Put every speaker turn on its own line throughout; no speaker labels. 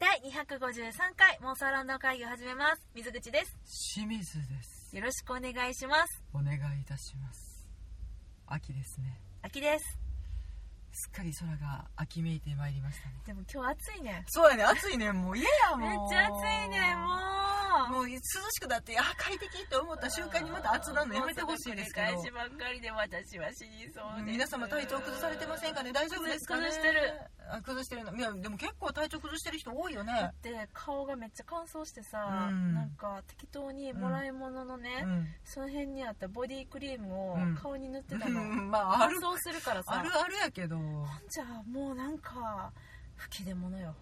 253回妄想ランド会議を始めます水口です
清水です
よろしくお願いします
お願いいたします秋ですね
秋です
すっかり空が秋めいてまいりましたね
でも今日暑いね
そうだね暑いねもう嫌や
めっちゃ暑いねもう
もう涼しくなってあ快適と思った瞬間にまた暑なるのやめてほしいですけ
もう
ど
その繰り返しばっかりで私は死にそうです
皆様体調崩されてませんかね大丈夫ですかね
崩してる
あ崩してるのいやでも結構体調崩してる人多いよ
だ
ね
って顔がめっちゃ乾燥してさ、
うん
なんか適当にもらい物のね、
うん
その辺にあったボディクリームを
うん
顔に塗ってた
う
の、
んまああ
乾
る
燥するからさ
あるあるやけど
じゃあもうなんか吹き出物よ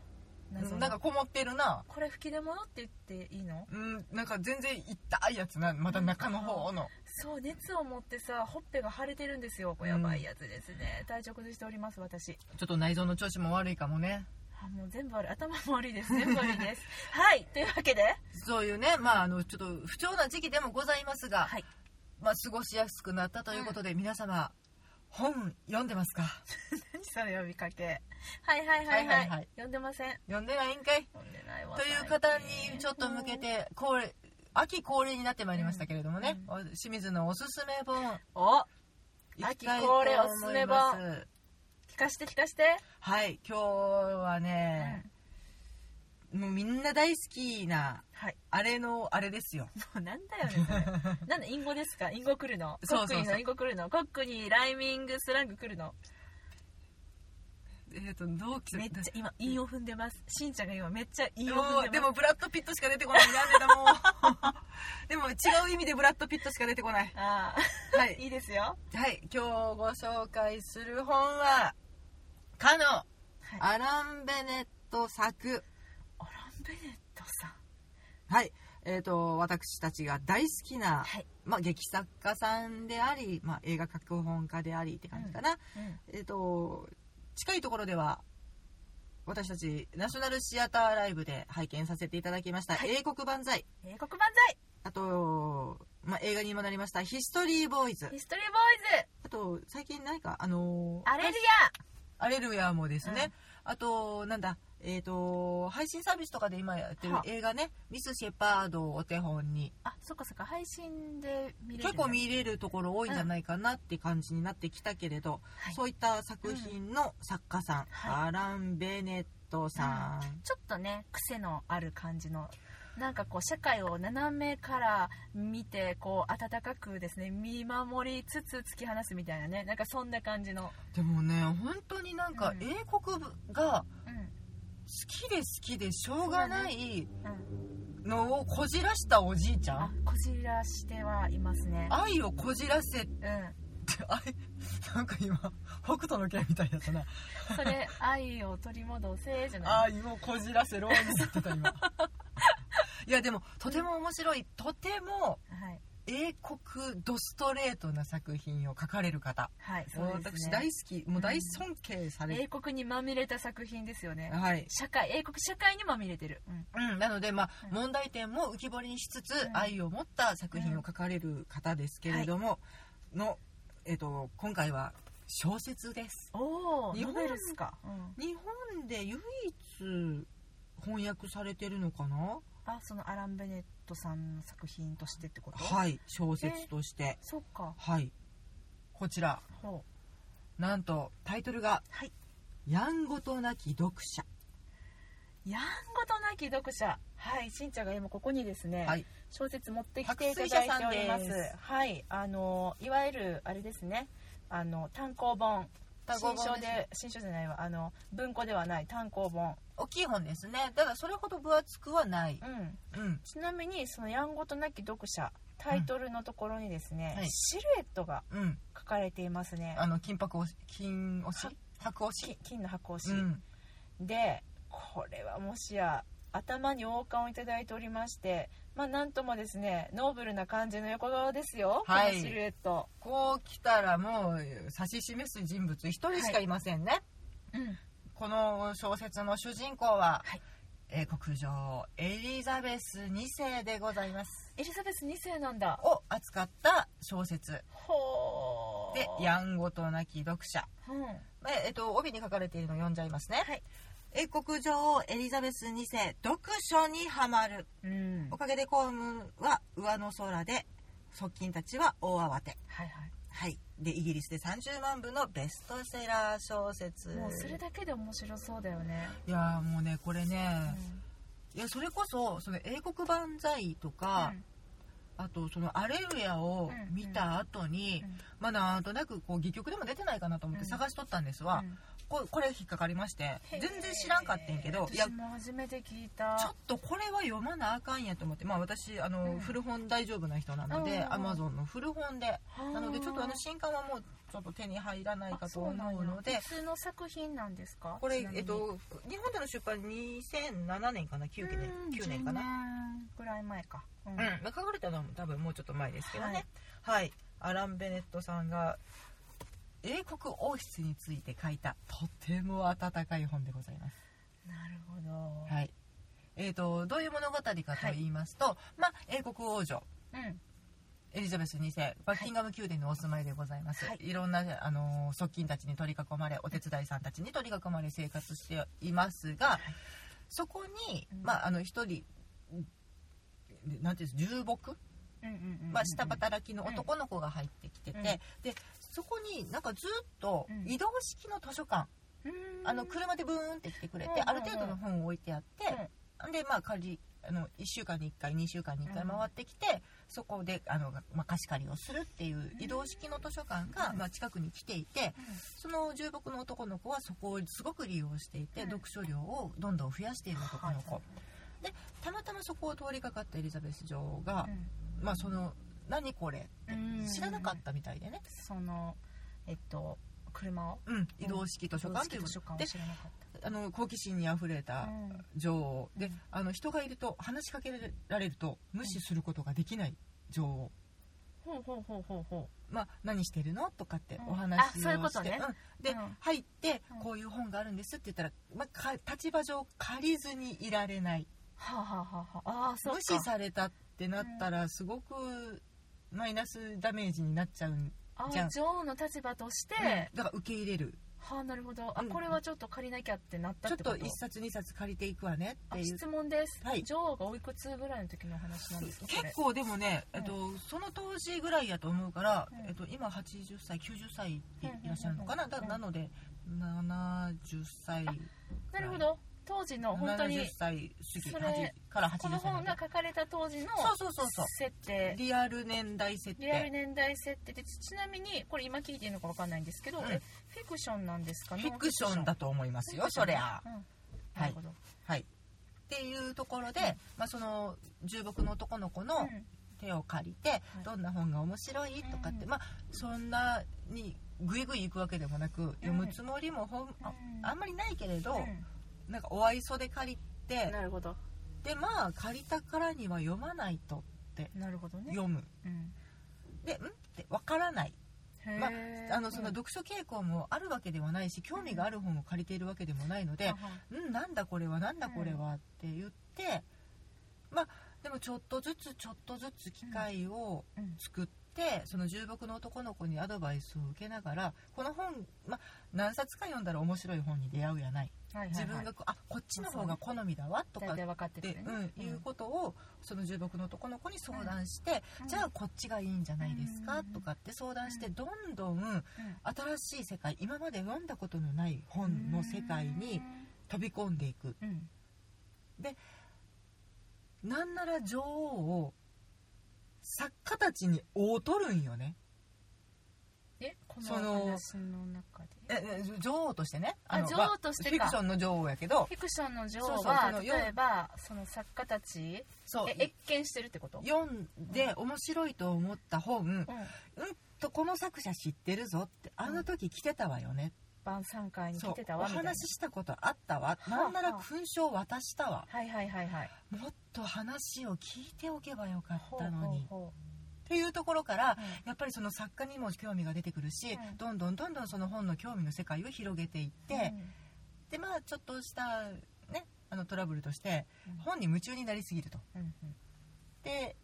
謎の
なんかこもってるな
これ吹き出物って言っていいの
うんなんか全然痛いやつなまた中の方の
そう熱を持ってさほっぺが腫れてるんですよこれ
う
や
ん
ばいやつですね、体調崩しております私
ちょっと内臓の調子も悪いかもね
あもう全部悪い頭も悪いです全部悪いです はいというわけで
そういうねまああのちょっと不調な時期でもございますが、
はい
まあ過ごしやすくなったということで、皆様本読んでますか
何その呼びかけはいはいはい
は
はい
はいいはい
呼んでません
読んでないんかい
呼んでないわ
という方にちょっと向けて恒例秋恒例になってまいりましたけれどもね、お清水のおすすめ本
お
行きたいと思い
秋恒
ま
例おすすめ本聞かして聞かして
はい今日はね、もうみんな大好きな
はい
あれのあれですよ
もうなんだよねそ れなんだインゴですかインゴ来るのコ
そう
ック
そうそう
ニーのインゴ来るのコックニーライミングスラング来るの
えっ、と同期
めっちゃ今韻を踏んでますしんちゃんが今めっちゃ韻を
も
踏
うんで
でます
もブラッド・ピットしか出てこないや めだもうでも違う意味でブラッド・ピットしか出てこない
あ
は
あい
い、
いですよ
はい、今日ご紹介する本はかの
はい
アラン・ベネット作
オラン・ベネットさん
はいえー、と私たちが大好きな、
はい、
まあ、劇作家さんであり、まあ、映画脚本家でありって感じかな、
うん、
えっ、と近いところでは私たちナショナルシアターライブで拝見させていただきました「
はい
英国万歳」
英国万
あと、まあ、映画にもなりました「ヒストリーボーイズ
歳ヒストリーボーイズ
あと最近何かあのー
アレルヤ
アレルヤもですね、あとなんだえっ、と配信サービスとかで今やってる
はあ
映画ね「ミス・シェパード」をお手本に
あそっかそっか配信で見れる
結構見れるところ多いんじゃないかなって感じになってきたけれど、
はい
そういった作品の作家さん、
は
アラン・ベネットさん、
ちょっとね癖のある感じのなんかこう社会を斜めから見てこう温かくですね見守りつつ突き放すみたいなねなんかそんな感じの、
でもね本当になんか
うん
英国が好
う
きで好きでしょうがない
んうん、
のをこじらしたおじいちゃ
あ
ん
こじらしてはいますね
愛をこじらせて
うん
愛なんか今北斗の拳みたいだったな
それ愛を取り戻せじゃない
愛をこじらせろになってた 今いやでもとても面白いとても
はい
英国ドストレートな作品を書かれる方
はいそ
もう
うです
私
ね
大好きもう大尊敬されて、
英国にまみれた作品ですよね
はい
社会英国社会にまみれてる、うん
うん、なので、まあ
うん
問題点も浮き彫りにしつつ、
うん
愛を持った作品を書かれる方ですけれども、の、えっと今回は小説です
おお
日
ノ
本
ベルっすか、うん、
日本で唯一翻訳されてるのかな
あそのアラン・ベネットさんの作品としてってことい
はい小説として、
そっか
はいこちら
ほ
なんとタイトルが
うはい
「やんごとなき読者
やんごとなき読者はいしんちゃんが今ここにですね、
はい
小説持ってきていただいております
白水社さんです
はいあのいわゆるあれですねあの単行本
単行本
新書
です
で新書じゃないわあの文庫ではない単行本」
大きい本ですねただそれほど分厚くはない、
うん
うん、
ちなみにその「やんごとなき読者」タイトルのところにですね、
うんはい
シルエットが
うん、
書かれていますね
あの金箔押し金押し箔押
き
し、
金の箱押
う
し、
ん、
でこれはもしや頭に王冠をいただいておりましてまあなんともですねノーブルな感じの横顔ですよ、
はい
このシルエット、
こう来たらもう指し示す人物一人しかいませんね、この小説の主人公は、
はい
えー国女エリザベス2世でございます
エリザベス2世なんだ
を扱った小説
ほう
で「やんごとなき読者
うん」
えーえっと帯に書かれているのを読んじゃいますね、
はい
英国女王エリザベス2世読書にはまる
うん
お
はい
かげで公務は上の空で側近たちは大慌て
はい
はいでイギリスで30万部のベストセラー小説
もうそれだけで面白そうだよね、
いやーもうねこれ
うん
ね、いやそれこそその英国万歳とか、あとその「アレルヤ」を見た後に、
うん
まあなんとなくこう戯曲でも出てないかなと思って探しとったんですわ、
うん
ここれ引っかかりまして全然知らんかってんけどいや
私も初めて聞いた
ちょっとこれは読まなあかんやと思ってまあ私あ
う
の、
ん
古本大丈夫な人なので
うん
アマゾンの古本で
な
なのでちょっとあの新刊はもうちょっと手に入らないかと思うので
普通の作品なんですか
これ
ちなみに
えっと日本での出版2007年かな9年
うん
9年かな
10年ぐらい前かうん
うん、まあ書かれたのは多分もうちょっと前ですけどねはい、アラン・ベネットさんが英国王室について書いたとても温かい本でございます
なるほど
はいえー、とどういう物語かと言いますと、まあ、英国王女
うん
エリザベス2世バッキンガム宮殿にお住まいでございます、
はい
い、ろんな、あのー側近たちに取り囲まれお手伝いさんたちに取り囲まれ生活していますが、
はい
そこに、
うん
まあ、あの一人うんなんていうんです重木、
うんうんうんうん
まあ、下働きの男の子が入ってきてて、
うん
でそこになんかずっと
うん
移動式の図書館、
うん
あの車でブーンって来てくれて、
うん
ある程度の本を置いてあって、でまあ借りあの1週間に1回2週間に1回
うん
回ってきて、そこであの、まあ、貸し借りをするっていう移動式の図書館が、
うん
まあ、近くに来ていて
うん
その重木の男の子はそこをすごく利用していて、
うん
読書量をどんどん増やしている男の子、
はい
たまたまそこを通りかかったエリザベス女王が、
うん
まあその何これ
うん
知らなかったみたいでね、
そのえっと車を
うん、移動式図書館というこ
図書
と
館
で
を知らなかっ
あの好奇心にあふれ
た
た
うん
女王で、
うん
あの人がいると話しかけられると無視することができない女王、
ほうほうほうほうほ
まあ、何してるのとかって
うん
お話をして、
あそういうことね
うんで、
うん
入って
うん
こういう本があるんですって言ったら、まあか立場上借りずにいられないう
はあはあはあはああーそっ
無
か
視されたってなったらすごくマイナスダメージになっちゃうん
あー
じゃん
女王の立場として、
で、だから受け入れる
はあなるほどあ
うん
これはちょっと借りなきゃってなった
ち
っ
ょって
こと
と1冊2冊借りていくわねっ
あ
ていう
質問です、
はい
女王がおいくつぐらいの時のお話なんですかこれ
結構でもね、
うん
えっと、その当時ぐらいやと思うから、
うん
えっと、今80歳90歳い
うんうんうん
いらっしゃるのかな、だ
うん
なので70歳
なるほど当時の本当
70
に
歳過
そ
ぎ
れ
8から80歳
この本が書かれた当時の
そうそうそうそう
設定
リアル年代設
リアル
定
年代設定でちちなみにこれ今聞いていいのかわかんないんですけど、
うん
えフィクションなんですかね
フィクションだと思いますよそりゃ、
うん
はい
なるほど、
はいっていうところで、まあ、その重木の男の子の
うん
手を借りて、
い
どんな本が面白いとかって、
うん
まあそんなにグイグイ行くわけでもなく、読むつもりもほんあ
うん
あんまりないけれど、
う
なんかお愛想で
ん
借りて
なるほど
でまあ借りたからには読まないとって
なるほどね、
読む
うん
でんってわからない
へー
まあのその
うん
読書傾向もあるわけではないし興味がある本を借りているわけでもないので
あは
うんなんだこれはなんだこれはって言ってまあでもちょっとずつちょっとずつ機会を
うん
作ってその重木の男の子にアドバイスを受けながらこの本、まあ、何冊か読んだら面白い本に出会うやない
はいはいはい
自分がこあこっちの方が好みだわとか
大体分かって
っ
る
て
ね、
うん、いうことをその重木の男の子に相談して、
うん
じゃあこっちがいいんじゃないですか、
うん
とかって相談して
うん
どんどん
うん
新しい世界今まで読んだことのない本の世界に飛び込んでいく
うん
なんなら女王を作家たちに大取るんよね
えこ
そ
の
の
話の中で
ええ女王としてね
あ
の
女王
まあ
としてか
フィクションの女王やけど
フィクションの女王
そうそう
は
その
例えばその作家たち
そう
え越見してるってこと
読んで面白いと思った本、うん
うん
とこの作者知ってるぞってあの時来てたわよね
晩餐会に
そ
来
う
てた
お
わみたいな
話ししたことあったわ
あ
なんなら
はあ
勲章渡したわ
はいはいはいはい
もっと話を聞いておけばよかったのにっ
ほうほ
ていうところから
うほう
やっぱりその作家にも興味が出てくるし、
うん
どんどんどんどんその本の興味の世界を広げていって、
うん
でまあちょっとしたねあのトラブルとして
うん
本に夢中になりすぎると。
うん
で、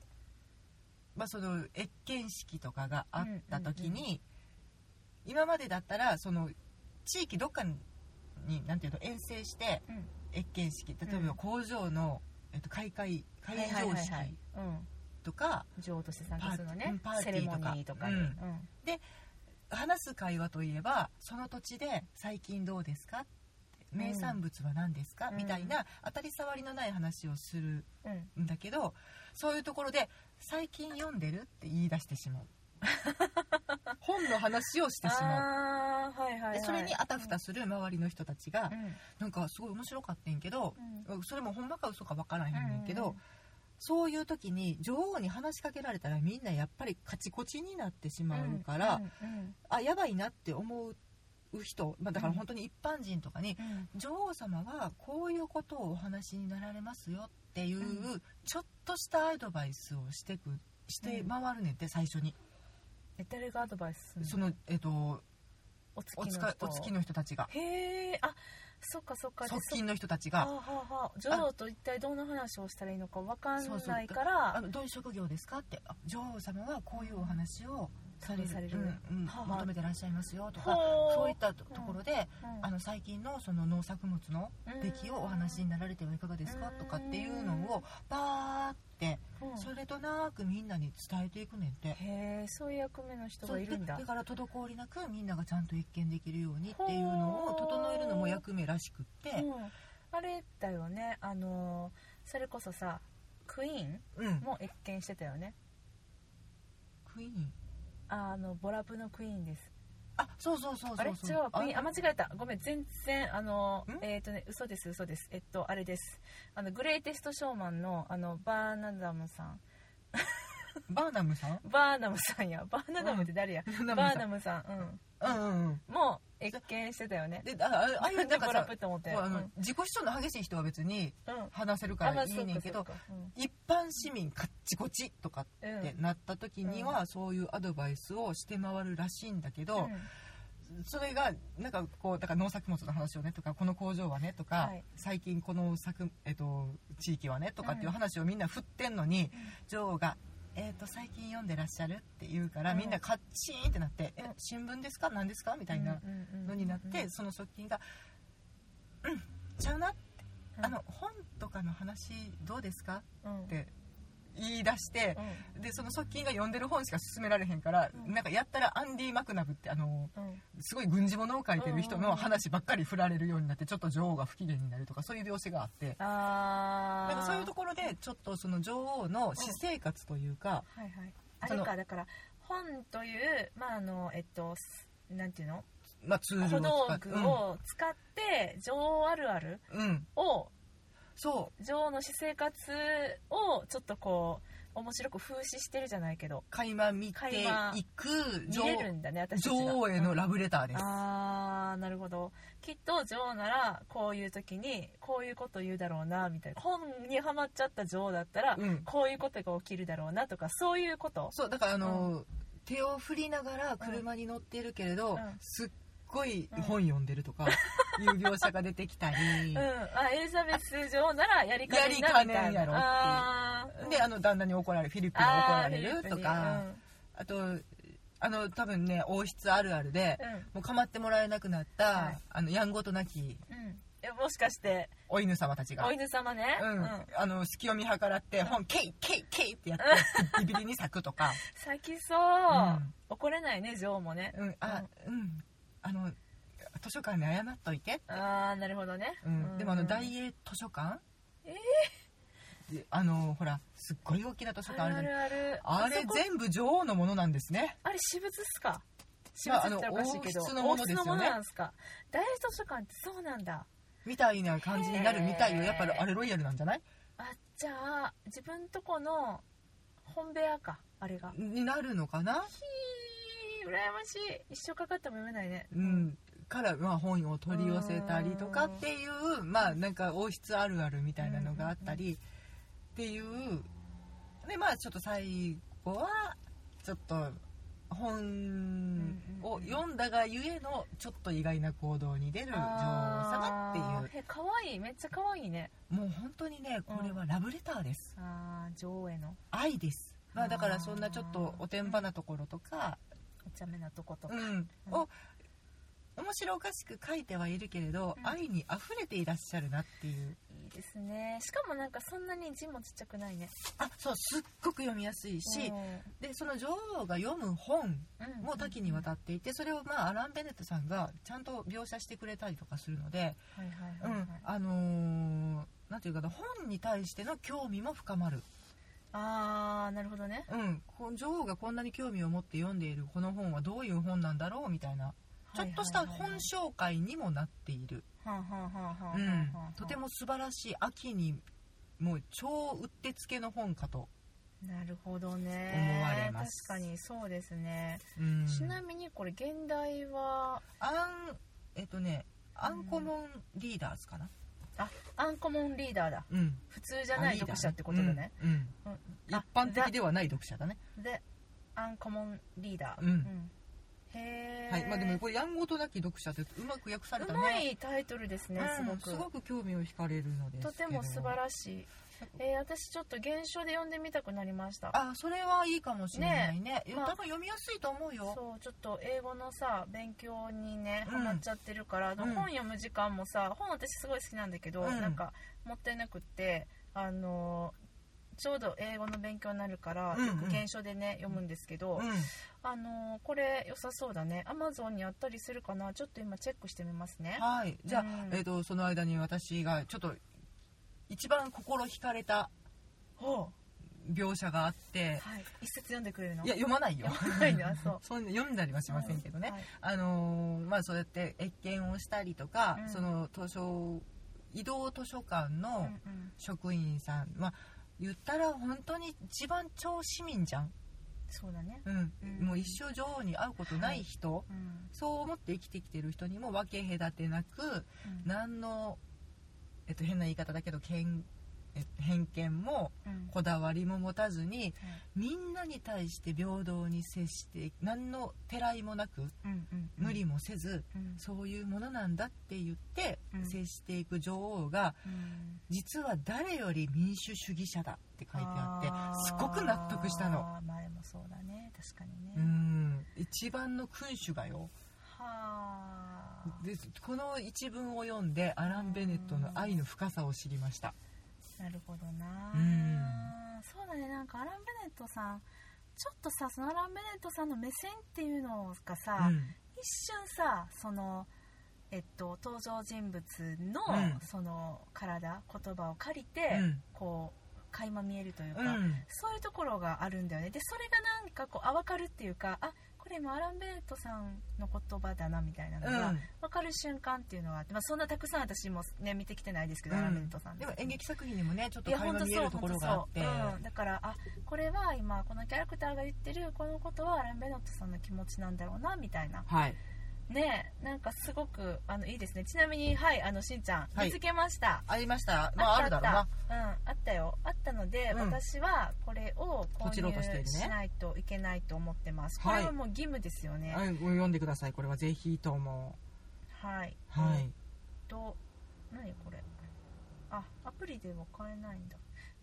まあ、その越見式とかがあった時に、
うんうん
今までだったらその地域どっかに何ていうの遠征して
うん
越見式例え
うん
ば工場の、えっと、開会開
はいはい
場
はい
式
はいうん
とか
女王として参加するのね
パーテ
セ
ィー
レ
うんパ
モ
ーティーとか
ニーとかにうん
う
ん
話す会話といえばその土地で最近どうですか
ん
名産物は何ですか、
うん
みたいな当たり障りのない話をする
うん
んだけどそういうところで「最近読んでる?」って言い出して しまう本の話をしてしまう
あーはいはいはい
でそれにあたふたする周りの人たちが、
うん
なんかすごい面白かったんやけど、
うん
それもほんまか嘘かわからへんねんけど、
うん
そういう時に女王に話しかけられたらみんなやっぱりカチコチになってしまうから、
うん
あやばいなって思う人、まあ、だから本当に一般人とかに、
うんうん
女王様はこういうことをお話になられますよっていう、
う
ちょっとしたアドバイスをしてくして回るねんって最初に、
え誰がアドバイスする
その、えっと
お付
お
き
つ
の
か
人
お付きの人たちが
へえあそっかそっかで
側
そっ
近の人たち
かは
が。
あはあはあ女王と一体どんな話をしたらいいのかわかん
そうそう
ないか
あ
ら
のどういう職業ですかってあ女王様はこういうお話をされる
される
うんうん
はあ
求めてらっしゃいますよとか
ほう
そういったとところで、
うん
あの最近のその農作物の出来をお話になられてはいかがですか
うん
とかっていうのをバーって
うん
それとなくみんなに伝えていくねんて。
へえそういう役目の人がいるんだ
そうでだから滞りなくみんながちゃんと一見できるようにっていうのを整えるのも役目らしくって、
うん、あれだよねあのーそれこそさクイーン
うん
も一見してたよね
クイーン
あのボラプのクイーンです
あそうそうそうそう
あ
そう
れ違うわクイーンあ間違えたごめん全然あの
ん
えっ、とね嘘です嘘ですえっとあれですあのグレイテストショーマンのあのバーナダムさん
バーナムさん
バーナムさんやバーナダムって誰や、バーナ
ム
ムさん、
さんうんうんうん
うん、もう一見してたよね
でああああいうなんか
ボ
さ
ラプって思った
こ
よ、
う
う
あ
んう
の自己主張の激しい人は別に
ん
話せるか
あま
ら
あ
いいねんけ
そう
ど
かそうか
一般市民カッチコチとかっ
うん
てなった時にはそういうアドバイスをして回るらしいんだけ
うん
ど
うん
それがなんかこうだから農作物の話をねとかこの工場はねとか
はい
最近この作、えっと地域はねとかっていう話をみんな振ってんのに女王が。えー、と最近読んでらっしゃるって言うから、
うん
みんなカッチーンってなって「え
うん
新聞ですか何ですか?」みたいなのになって、その側近が「うんちゃうな」あの本とかの話どうですか?」
うん
っ、て言い出して
う、ん
でその側近が読んでる本しか勧められへんから、
うん
なんかやったらアンディ・マクナブってあの
うん
すごい軍事物を書いてる人
うんうんう
の
ん
話ばっかり振られるようになってちょっと女王が不機嫌になるとかそういう描写があって
あ
な
ー
んかそういうところでちょっとその女王の私生活というか、
はいはいあ
その
れかだから本というまああのえっとすなんていうの
まあ、ツー
小
ルを
道
使って、
具を使って女王あるある
うんうん、
を
そう
女王の私生活をちょっとこう面白く風刺してるじゃないけど
垣間見ていく
見
女
れるんだね私たちが
女王へのラブレターです、
あーなるほどきっと女王ならこういう時にこういうこと言うだろうなみたいな本にはまっちゃった女王だったら、
うん
こういうことが起きるだろうなとかそういうこと
そうだからあの、手を振りながら車に乗ってるけれど、
うん
すっごい本読んでるとか、いう描写が出てきたり、
うん、あエリザベス女王ならやりかねんなみ
や
た
りかねん
い
や
な
ろ
あー
っていうであの旦那に怒られるフィリップに怒られるとかあ,、とあの多分ね王室あるあるで、
うん
もう構ってもらえなくなった、
はい
あのやんごとなき
うんうんえもしかして
お犬様たちが
お。犬様ね、
うんあの隙を見計らって本「ケイケイケイ」ってやって ビビりに咲くとか、
咲きそう、
ん
怒れないね女王もね、
うん、あうんあの図書館に謝っといてって
ああなるほどね、
うん、でもあの大英図書館
え
であのほらすっごい大きな図書館あ
あ
る
る
じ
あ
ゃない
るある
あ
そ
れ
こ
全部女王のものなんですね
あれ私物っすか私
ま
物
あ
って言ったらおかしいけど、
あの王室のものです
王室
よね
のものなんすか大図書館ってそうなんだ
みたいな感じになるみたい
へ
よ
ー
やっぱりあれロイヤルなんじゃない
あじゃあ自分とこの本部屋かあれが
になるのかな
ひー羨ましい一生かかっても読めないね
うんから、まあ、本を取り寄せたりとかっていうまあなんか王室あるあるみたいなのがあったりっていうでまあちょっと最後はちょっと本を読んだがゆえのちょっと意外な行動に出る女王様っていう
うえ可愛いめっちゃ可愛いね
もう本当にねこれはラブレターです
あー女王への
愛ですまあだからそんなちょっとおてんばなところとか
お茶目なとこと
う
か、
ん
うん
を面白おかしく書いてはいるけれど、
うん
愛に溢れていらっしゃるなっていう
いいですねしかもなんかそんなに字もちっちゃくないね
あそうすっごく読みやすいし、でその女王が読む本
うん
も多岐にわたっていてそれをまあアラン・ベネットさんがちゃんと描写してくれたりとかするので、
はいはいは
う
いはい、
ん、あのーなんていうかな本に対しての興味も深まる、
ああなるほどね
うん、この女王がこんなに興味を持って読んでいるこの本はどういう本なんだろうみたいなちょっとした本紹介にもなっている、
はんはんはんはんは
う
は
ん
ん
ん
はん、
とても素晴らしい秋にもう超うってつけの本かと、
なるほどね
思われます
確かにそうですね、
うん、
ちなみにこれ現代は
アンえっとねアンコモンリーダーズかな、
アンコモンリーダーだ
うん、
普通じゃない読者ってことだね、
うんうん
うん
一般的ではない読者だね
でアンコモンリーダー、
うん
うんへえ、
はいまあでもこれやんごとなき読者ってうまく訳された
う
ね
まいタイトルですね、
うん
すごく
興味を惹かれるのです
とても素晴
しい
らしいえー、私ちょっと原書で読んでみたくなりました
あそれはいいかもしれないねいや
まあ
多分読みやすいと思うよ
そうちょっと英語のさ勉強にね
う
ハ
ん
マっちゃってるから、あの
うん
本読む時間もさ本私すごい好きなんだけど、
うん
なんかもったいなくってあのーちょうど英語の勉強になるから、
うん
よ
うん
く原書でね読むんですけど、
うん
あのーこれ良さそうだねアマゾンにあったりするかなちょっと今チェックしてみますね
はいじゃあ
うん
えっとその間に私がちょっと一番心惹かれた
ほ
描写があっ
う
て
はい一節読んでくれるの
いや読 まないよ
読まないなそう
そんな読んだりはしませんけどね
はい
あのーまあ、そうやって謁見をしたりとか、
うん
その図書移動図書館
うんう
の
ん
職員さん、まあ、言ったら本当に一番超市民じゃん、
そうだね
うん
うん
もう一生女王に会うことない人、
うん
そう思って生きてきてる人にも分け隔てなく
うん
何の、えっと、変な言い方だけど偏えっと偏見も
うん
こだわりも持たずに
はい
みんなに対して平等に接して何のてらいもなく
うんうんうん
無理もせず、
うん
そういうものなんだって言って
うん
接していく女王が
うん
実は誰より民主主義者だって書いてあってすごく納得したの
あー前もそうだね確かにね、
うん一番の君主がよ
はあ
でこの一文を読んでアラン・ベネットの愛の深さを知りました
なるほどな、
うん
そうだねなんかアラン・ベネットさんちょっとさそのアラン・ベネットさんの目線っていうのが
う
さ、
ん
一瞬さそのえっと登場人物の、
うん
その体言葉を借りて、
うん
こう垣間見えるというか、
うん
そういうところがあるんだよねでそれがなんかこうあ分かるっていうかあこれもアラン・ベネットさんの言葉だなみたいなの
う
が
ん
分かる瞬間っていうのはあって、まあ、そんなたくさん私もね見てきてないですけど、
うん
アラン・ベネットさん
でも演劇作品にもねちょっ
い
と
や
垣
本当
間見
そ
え
う
るところがあって
本当そううん、だからあこれは今このキャラクターが言ってるこのことはアラン・ベネットさんの気持ちなんだろうなみたいな
はい
ねなんかすごくあのいいですねちなみにはいあのしんちゃん
はい
見つけました、
ありましたまああるだろう
あった
な
あったうん、あったよあったので、
うん
私はこれを購
こちらとしてね
入しないといけないと思ってます、
はい
これはもう義務ですよね
うん読んでくださいこれはぜひとも
はい、
は
えっ
い
と何これあアプリでは買えないんだ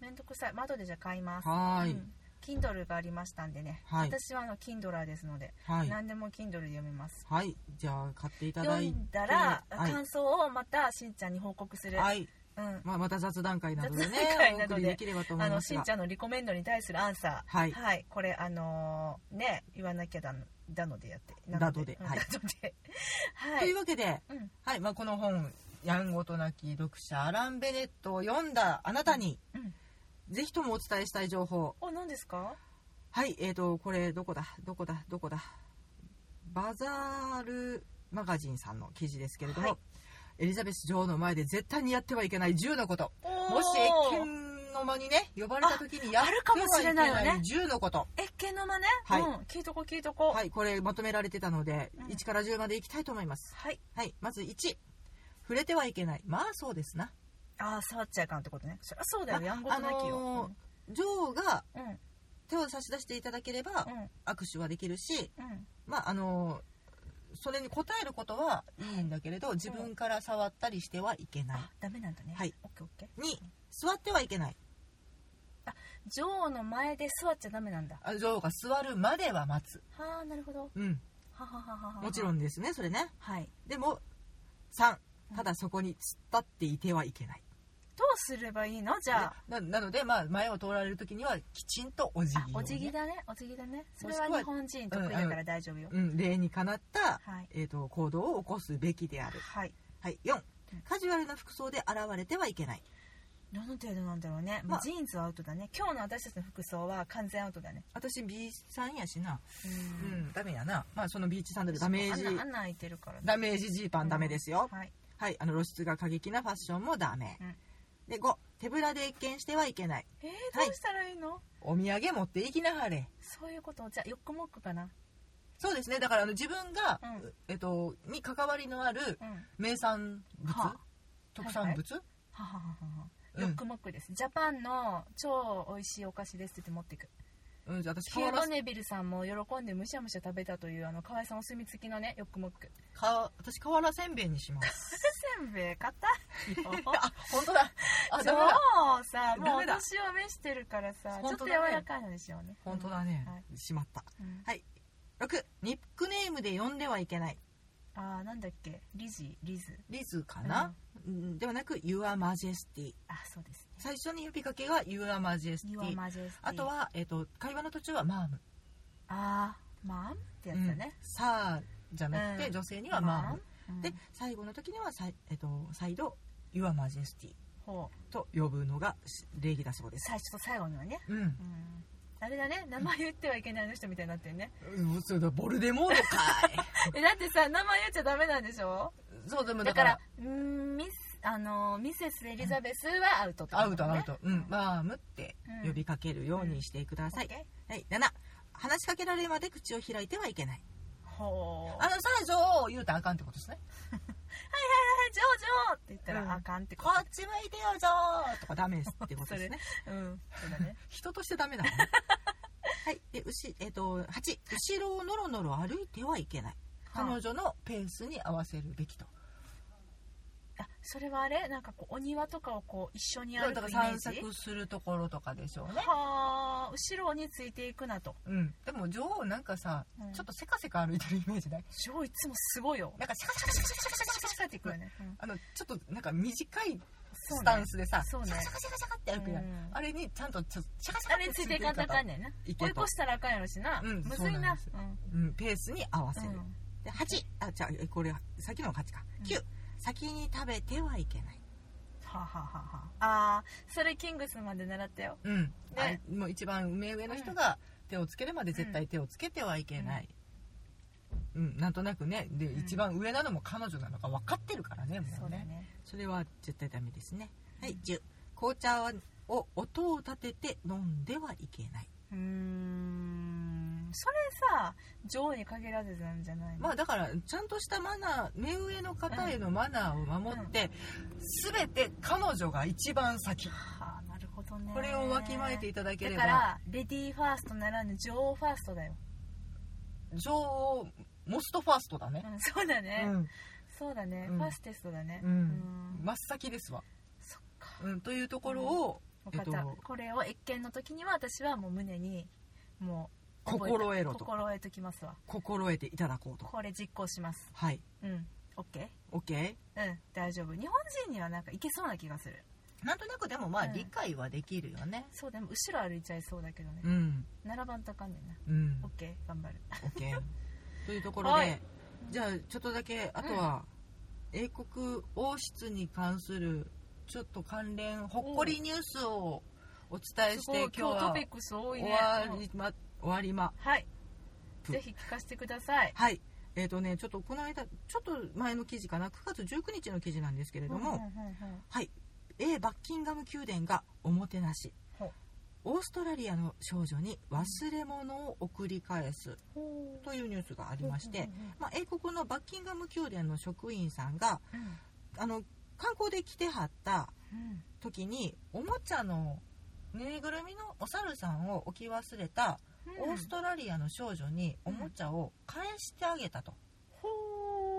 めんどくさい窓でじゃあ買います
は
う
い
ん Kindle がありましたんでね、
はい
私はあの Kindler ですので、
はい
何でも Kindle で読みます
はいじゃあ買っていただ
読
いて
んだら、
はい
感想をまたしんちゃんに報告する、
はい
うん、
まあ、また雑談会などでね
雑談会
お
などで
送りできればと思
あ
い
の
ます
しん
が
ちゃんのリコメンドに対するアンサー
はい
これあのーね言わなきゃだだのでやって
だので
うん
はい
だのでは
とい
いう
わけで、
うん
はいまあ、この本「やんごとなき読者アラン・ベネット」を読んだあなたに、
うん
ぜひともお伝えしたい情報
お何ですか
はいえー、とこれどこだどこだどこだバザールマガジンさんの記事ですけれども、
はい
エリザベス女王の前で絶対にやってはいけない10のこともし
おー
謁見の間にね呼ばれた時にや
あ
っ
ある
て
かもしれないよね
はいけ10のこと
えっけの間ね、
はい
うん、聞いとこ聞いとこ
はい、これまとめられてたので、
うん
1から10までいきたいと思います。
はい、
はい、まず1、触れてはいけない。まあそうですな。
ああ触っちゃいかんってことねそりゃそうだよ
ま
やんごとなきよ、
あの女王が
うんうん
手を差し出していただければ
うん
握手はできるし、
うん
まああのそれに応えることはいいんだけれど、自分から触ったりしてはいけない
あ。ダメなんだね
はい
オッケーオッケー
2、座ってはいけない。
女王の前で座っちゃダメなんだ
あ女王が座るまでは待つ。
はあなるほど
うん。
ははははは
もちろんですねそれね
はい
でも3ただそこに突っ立っていてはいけない、
どうすればいいのじゃあ
ねななので、まあ、前を通られる時にはきちんとお辞儀を
あ
ね、
お辞儀だねお辞儀だねそれ
も
は
しくは
日本人得意だから大丈夫よ
うん、礼にかなった、
はい
えー、と行動を起こすべきである、
はい
はい、4
うん
カジュアルな服装で現れてはいけない
どの程度なんだろうね、ま
まあ
あ、ジーンズはアウトだね今日の私たちの服装は完全アウトだね
私 B さんやしな
う
うんんダメやな、まあ、そのビーチサンダルダメージ
穴穴開いてるからね
ダメージジーパンダメですよ、
はい
はいあの露出が過激なファッションもダメ、
うん
で5手ぶらで一見してはいけない
えー、
はい
どうしたらいいの、
お土産持っていきなはれ
そういうことじゃあヨックモックかな
そうですねだからあの自分が、
うん
えっと、に関わりのある
うんは
名産物
は
特産物、
はははは
うん
ヨックモックです、ジャパンの超美味しいお菓子ですって言って持っていく
うん、じゃあ私
ヒュー
変わら
ロ
せ
ネビルさんも喜んでむしゃむしゃ食べたというあの河合さんお墨付きのねヨックモック
か私瓦せんべいにします
せんべい硬いよ
あ本当だあ
そ
ダメだ
うさもう
ダ
お
メだ
年を召してるからさちょ
本
っと
当だ
柔
ね
らかいのにしようね
本当だね、
はい
しまった
うん
はい6ニックネームで呼んではいけない
あーなんだっけリジリズ
リズかな、うんではなく「Your Majesty
あそうです」
最初に呼びかけが「Your Majesty」
ね Your Majesty
あとは、えっと会話の途中は「マーム
あーマンって」やつだね
うん、さあ」じゃなくて、
うん
女性には「マーム」
ン
で
うん
最後の時にはさい、えっと再度「Your Majesty
ほ」
と呼ぶのがし礼儀だそう
う
です、
最初と最後にはね
うん
うんあれだね名前言ってはいけないあの人みたいになってるね
うんそうだボルデモード かい
えだってさ名前言っちゃダメなんでしょ
そうでも
だからうんミスあのーミセスエリザベスはアウトってこと
アウト
ね
アウト、うん、マームって
うん
呼びかけるようにしてください、
オッケ
はい、7話しかけられるまで口を開いてはいけない
ーほう
あの最初言うたらあかんってことですね
ジョージョーって言ったら、
うん
あかんって
こ
こ
っち向いてよじゃーとかダメですってこと ですね
と。うん。そうだね。
人としてダメだね はいで牛、えっと8後ろをノロノロ歩いてはいけない彼
は
女のペースに合わせるべきと
あ、それはあれなんかこう、お庭とかをこう、一緒に
だ
歩
か
く
ら
イメー
散
ジ
策するところとかでしょうね
はあ、後ろについていくなと。
うんでも女王なんかさ、
うん
ちょっとせかせか歩いてるイメージない
ジョーいつもすごいよ。
なんかシャカシャカシャカシャカシャカシャカシャカっていくよね
ね。
あのちょっとなんか短い
そうね
スタンスでさ、
そうね
シャカシャカシャカシャカって歩くやん、
うん
あれにちゃんとちょっとシャカシャカ
あ
っ
れ
て
についていかんとあかんねんな。
いけ
追い
と
越したらあかんやろしな。
うん
むずい
そうなん
な
です。
うん
うん、ペースに合わせる、
うん
で8あじゃあこれ先の8か
うん
9、先に食べてはいけない
はあはあはあはあ。あー、それキングスマンで習ったよ。
うん、
ね
あもう一番目上の人が手をつけるまで絶対手をつけてはいけない、うんなんとなくねで、
うん
一番上なのも彼女なのか分かってるからねもうね
そうだね。
それは絶対ダメですねはい10紅茶を音を立てて飲んではいけないう
ーん。それさ、女王に限らずなんじゃないの
まあだからちゃんとしたマナー目上の方へのマナーを守って、全て彼女が一番先
はあなるほどね
これをわきまえていただけれ
だ
ば
からレディーファーストならぬ女王ファーストだよ、
女王モストファーストだね
う、ん、そうだね、
うん
そうだね、
うん
ファーステストだね
うん
うん
真っ先ですわ、
そっか
うん、というところを、
分かった、
えっと
これを一見の時には私はもう胸にもう覚え
心得ろと
心得ときますわ
心得ていただこうと
これ実行します
はい
うん OK
OK
うん大丈夫日本人にはなんかいけそうな気がする
なんとなくでもまあ
うん
理解はできるよね
そうでも後ろ歩いちゃいそうだけどね、
うん
並ばんとあかんねんな
うん
OK 頑張る
OK というところ
は
で
い
じゃあちょっとだけあとは英国王室に関するちょっと関連ほっこりニュースをお伝え
す
し
ご
て
い
今日
今日ト
は
ピックス多い
終
ね
わ
うん
りま終わりま
はい
プ
ぜひ聞かせてください
はいえっ、とねちょっとこの間ちょっと前の記事かな9月19日の記事なんですけれども、
うんうんうんうん
はい A バッキンガム宮殿がおもてなし
ほう
オーストラリアの少女に忘れ物を送り返す
ほう
というニュースがありまし
う
て
ん、
まあ、英国のバッキンガム宮殿の職員さんが
うんうん
あの観光で来てはった
うん
時におもちゃのぬいぐるみのお猿さんを置き忘れた
うん
オーストラリアの少女におもちゃを返してあげたと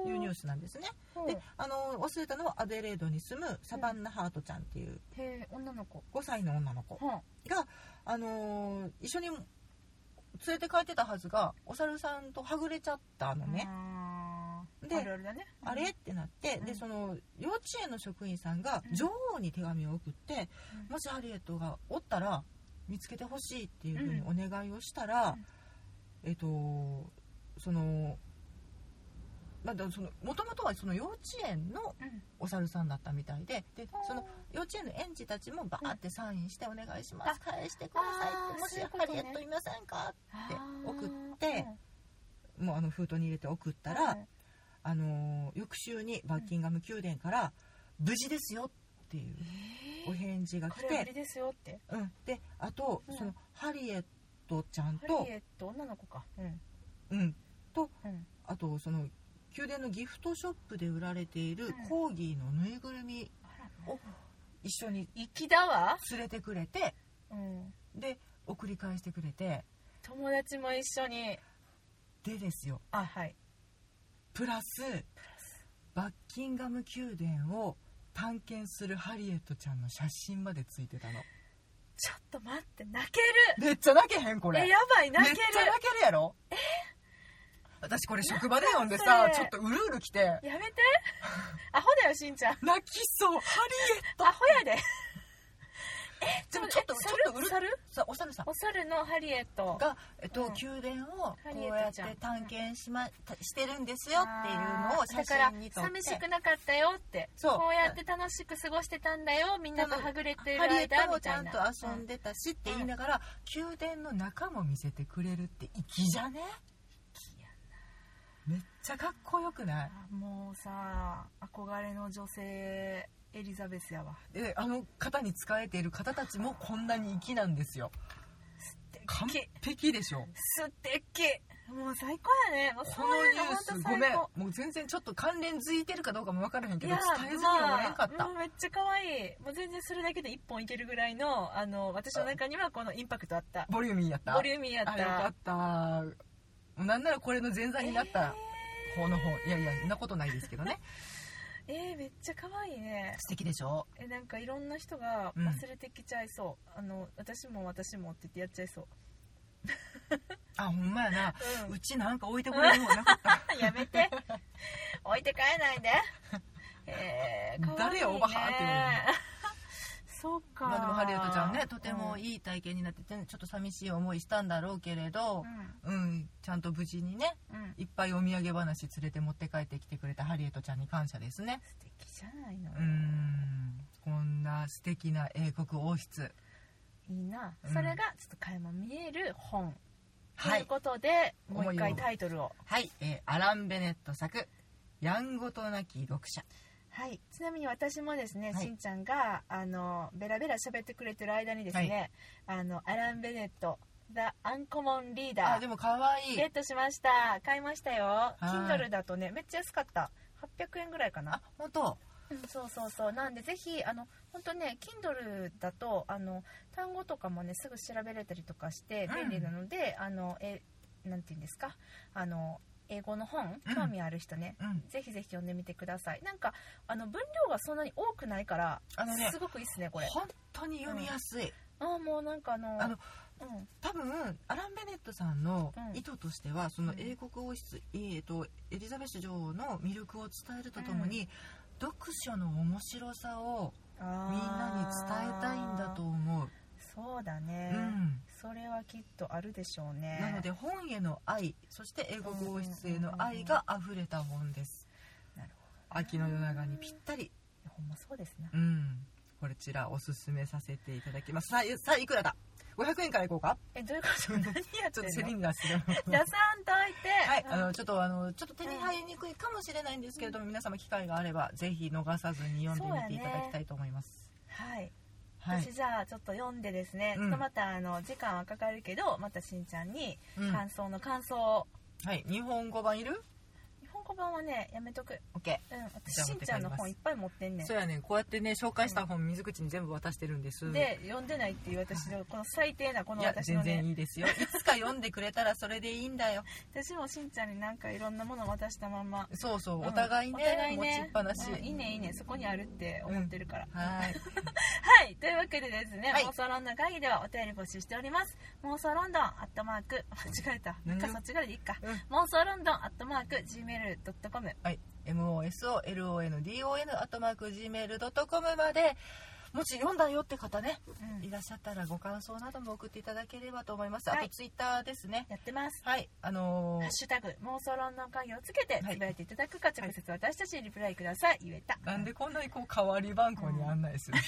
ほ
いうニュー
ス
スなんですね。であの忘れたのはアデレードに住むサバンナ・ハートちゃんっていう
へえ女の子
5歳の女の子
ほう
が、あのー一緒に連連れて帰ってたはずがお猿さんとはぐれちゃったのね、
うん
で
あるあるだね
あれってなって、
うん
でその幼稚園の職員さんが
うん
女王に手紙を送って、
うん
もしハリエットがおったら見つけてほしいっていうふうに
う
お願いをしたら、えっとその。まあ、だからそのもともとはその幼稚園の
うん
お猿さんだったみたいでで
うん
その幼稚園の園児たちもバーってサインして「お願いします、返してください」っ
あー
て「もし
そういうこと
ハ
ね
リエットいませんか?」って送っ
あー
てもうあの封筒に入れて送ったら、
うん
あのー翌週にバッキンガム宮殿から「無事ですよ」っていうお返事が
これ
来
売り
て、
ですよって
うん、であと、
うん
そのハリエットちゃん
ハ
と
リ、エット女の子かうん
うん、
うん
あとその宮殿のギフトショップで売られている
うん
コーギーのぬいぐるみ
あら
を一緒に
粋だわ
連れてくれて
うん
で送り返してくれて
友達も一緒に
でですよ
あはい
プラスバッキンガム宮殿を探検するハリエットちゃんの写真までついてたの
ちょっと待って泣け
めっちゃ泣けへんこ
る
れ
えやばい泣け
めっちゃ泣けるやろ私これ職場で読んでさ
なんだ
ち
そ
ょ
れ
っとうるうる来て
るや めてアホだよしんちゃん
泣きそうハリエッ
アホやでえ
でもちょっと
え
ちょっとうる
猿猿
トさおさるさん
お猿のハリエット
が、えっと
うん
宮殿を
ハリ
こ
エ
うや
ット
っ
ち
て
ゃん
探検し,、ま、たしてるんですよっていうのを写真に撮っ
だか
て
ら寂しくなかったよって
そう
こうやって楽しく過ごしてたんだよみんなとはぐれてる
ハリエッ
間
トも
み
ち
た
ゃ
い
ん
な
と遊ん
で、
でたしって言いながら、宮殿の中も見せてくれるって粋じゃねめっちゃかっこよくない
うんもうさ憧れの女性エリザベスやわ
であの方に仕えている方たちもこんなに粋なんですよ完
敵
璧でしょ
素敵もう最高やねもう
こ
そう
の
いう
ニュ
の
ー
本
ス
当
ごめん
最高
もう全然ちょっと関連づいてるかどうかも分からへんけど伝えずにはおれんか
ま
っ
あ、
た
もうめっちゃ可愛いもう全然それだけで一本いけるぐらいのあの私の中にはこのインパクトあった
ボリューミーやった
ボリューミーやった
あよかったなんならこれの前座になった方の方、いやいやそんなことないですけどね
えー、えーめっちゃ可愛いね
素敵でしょ
えなんかいろんな人が
うん
忘れてきちゃいそう、あの私も私もって言ってやっちゃいそう、
あほんまやな
うん
うちなんか置いてくれるもんなかった
やめて置いて帰ない でえー、
誰よおばはんって言うの
そうか
まあでもハリウッドちゃんねとてもいい体験になっててちょっと寂しい思いしたんだろうけれど
う、ん
うんちゃんと無事にね
うん、うん、
いっぱいお土産話連れて持って帰ってきてくれたハリエットちゃんに感謝ですね
素敵じゃないの
うーんこんな素敵な英国王室
いいな、
うん
それがちょっと垣間見える本と
はいいう
ことでもう
思
一
いを
回タイトルを
はい、えーアラン・ベネット作「やんごとなき読者
はい、ちなみに私もですね、
はい
しんちゃんがあのベラベラ喋ってくれてる間にですね、あのアラン・ベネット「The Uncommon」
あ
Leader
でも可愛い
ゲットしました買いましたよ
い
Kindle だとねめっちゃ安かった800円ぐらいかな
あ本当
うんそうそうそうなんでぜひあの本当ね Kindle だとあの単語とかもねすぐ調べれたりとかして
うん
便利なので、あのえなんて言うんですかあの英語の本
うん
興味ある人ね、
うん
ぜひぜひ読んでみてくださいなんかあの分量がそんなに多くないから
あのね
すごくいいっすねこれ
本当に読みやすい、
あーもうなんかあの
あの
うん
多分アラン・ベネットさんの
うん
意図としては、その
うん
英国王室、えーとエリザベス女王の魅力を伝えるとともに、読書の面白さをみんなに伝えたいんだと思う、
そうだね、
うん、
それはきっとあるでしょうね
なので本への愛そして英国王室への愛が溢れた本です
なるほ
秋の夜長にぴったり
どほんまそうですね
うんこちらおすすめさせていただきますさあさあいくらだ500円からいこうか
えどういうこと何やって
ちょ
ん
っ
の
とセリン ダーする
出さんといて
はい、あ
うん
のちょっとあのちょっと手に入りにくいかもしれないんですけれども、皆様機会があればぜひ逃さずに読んでみていただきたいと思います。
はい
はい
私、じゃあちょっと読んでですね、
うん
ちょっとまたあの時間はかかるけどまたしんちゃんに
うん
感想の感想を、
はい、日本語版いる？
日本語語版はねやめとく
オッケ
うん
じゃ
私
あ
しんちゃんの
持っ
本い
て帰ります
っぱい持ってんね
ー。そうやねこうやってね紹介した本水口に全部渡してるんです
んで読んでないっていう私のこの最低なこ
い
の
や
私
全
の
然
ね
い いですよいつか読んでくれたらそれでいいんだよ
私もしんちゃんになんかいろんなもの渡したまんま
そうそう
うん
お互いね,、
お互い
持ちっぱなし、
うんいいねいいねそこにあるって思ってるから、
はい
はいというわけでですね、
はい
妄想ロンドン会議ではお便り募集しております妄想ロンドンアットマーク間違えた
何
か
が
そっちからでいいか、
うん
妄想ロンドンアットマーク Gmail.com
はい、mosolondon.gmail.com までもし読んだよって方ね
うん
いらっしゃったらご感想なども送っていただければと思います、
は
あ
い
とツイッターですね
やってます
はいあの
ハ
ー
ッシュタグ妄想論の会議をつけて
はい
つぶやいていただくか直接私たちにリプライください言えた
なんでこんなにこう代わり番号に案内する、
ね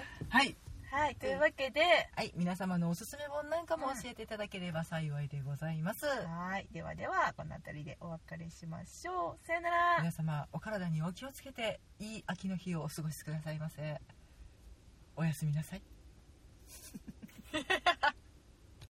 はい、
はいというわけで、
はい、皆様のおすすめ本なんかも教えていただければ幸いでございます、
はいではではこの辺りでお別れしましょうさよなら
皆様お体にお気をつけていい秋の日をお過ごしくださいませおやすみなさい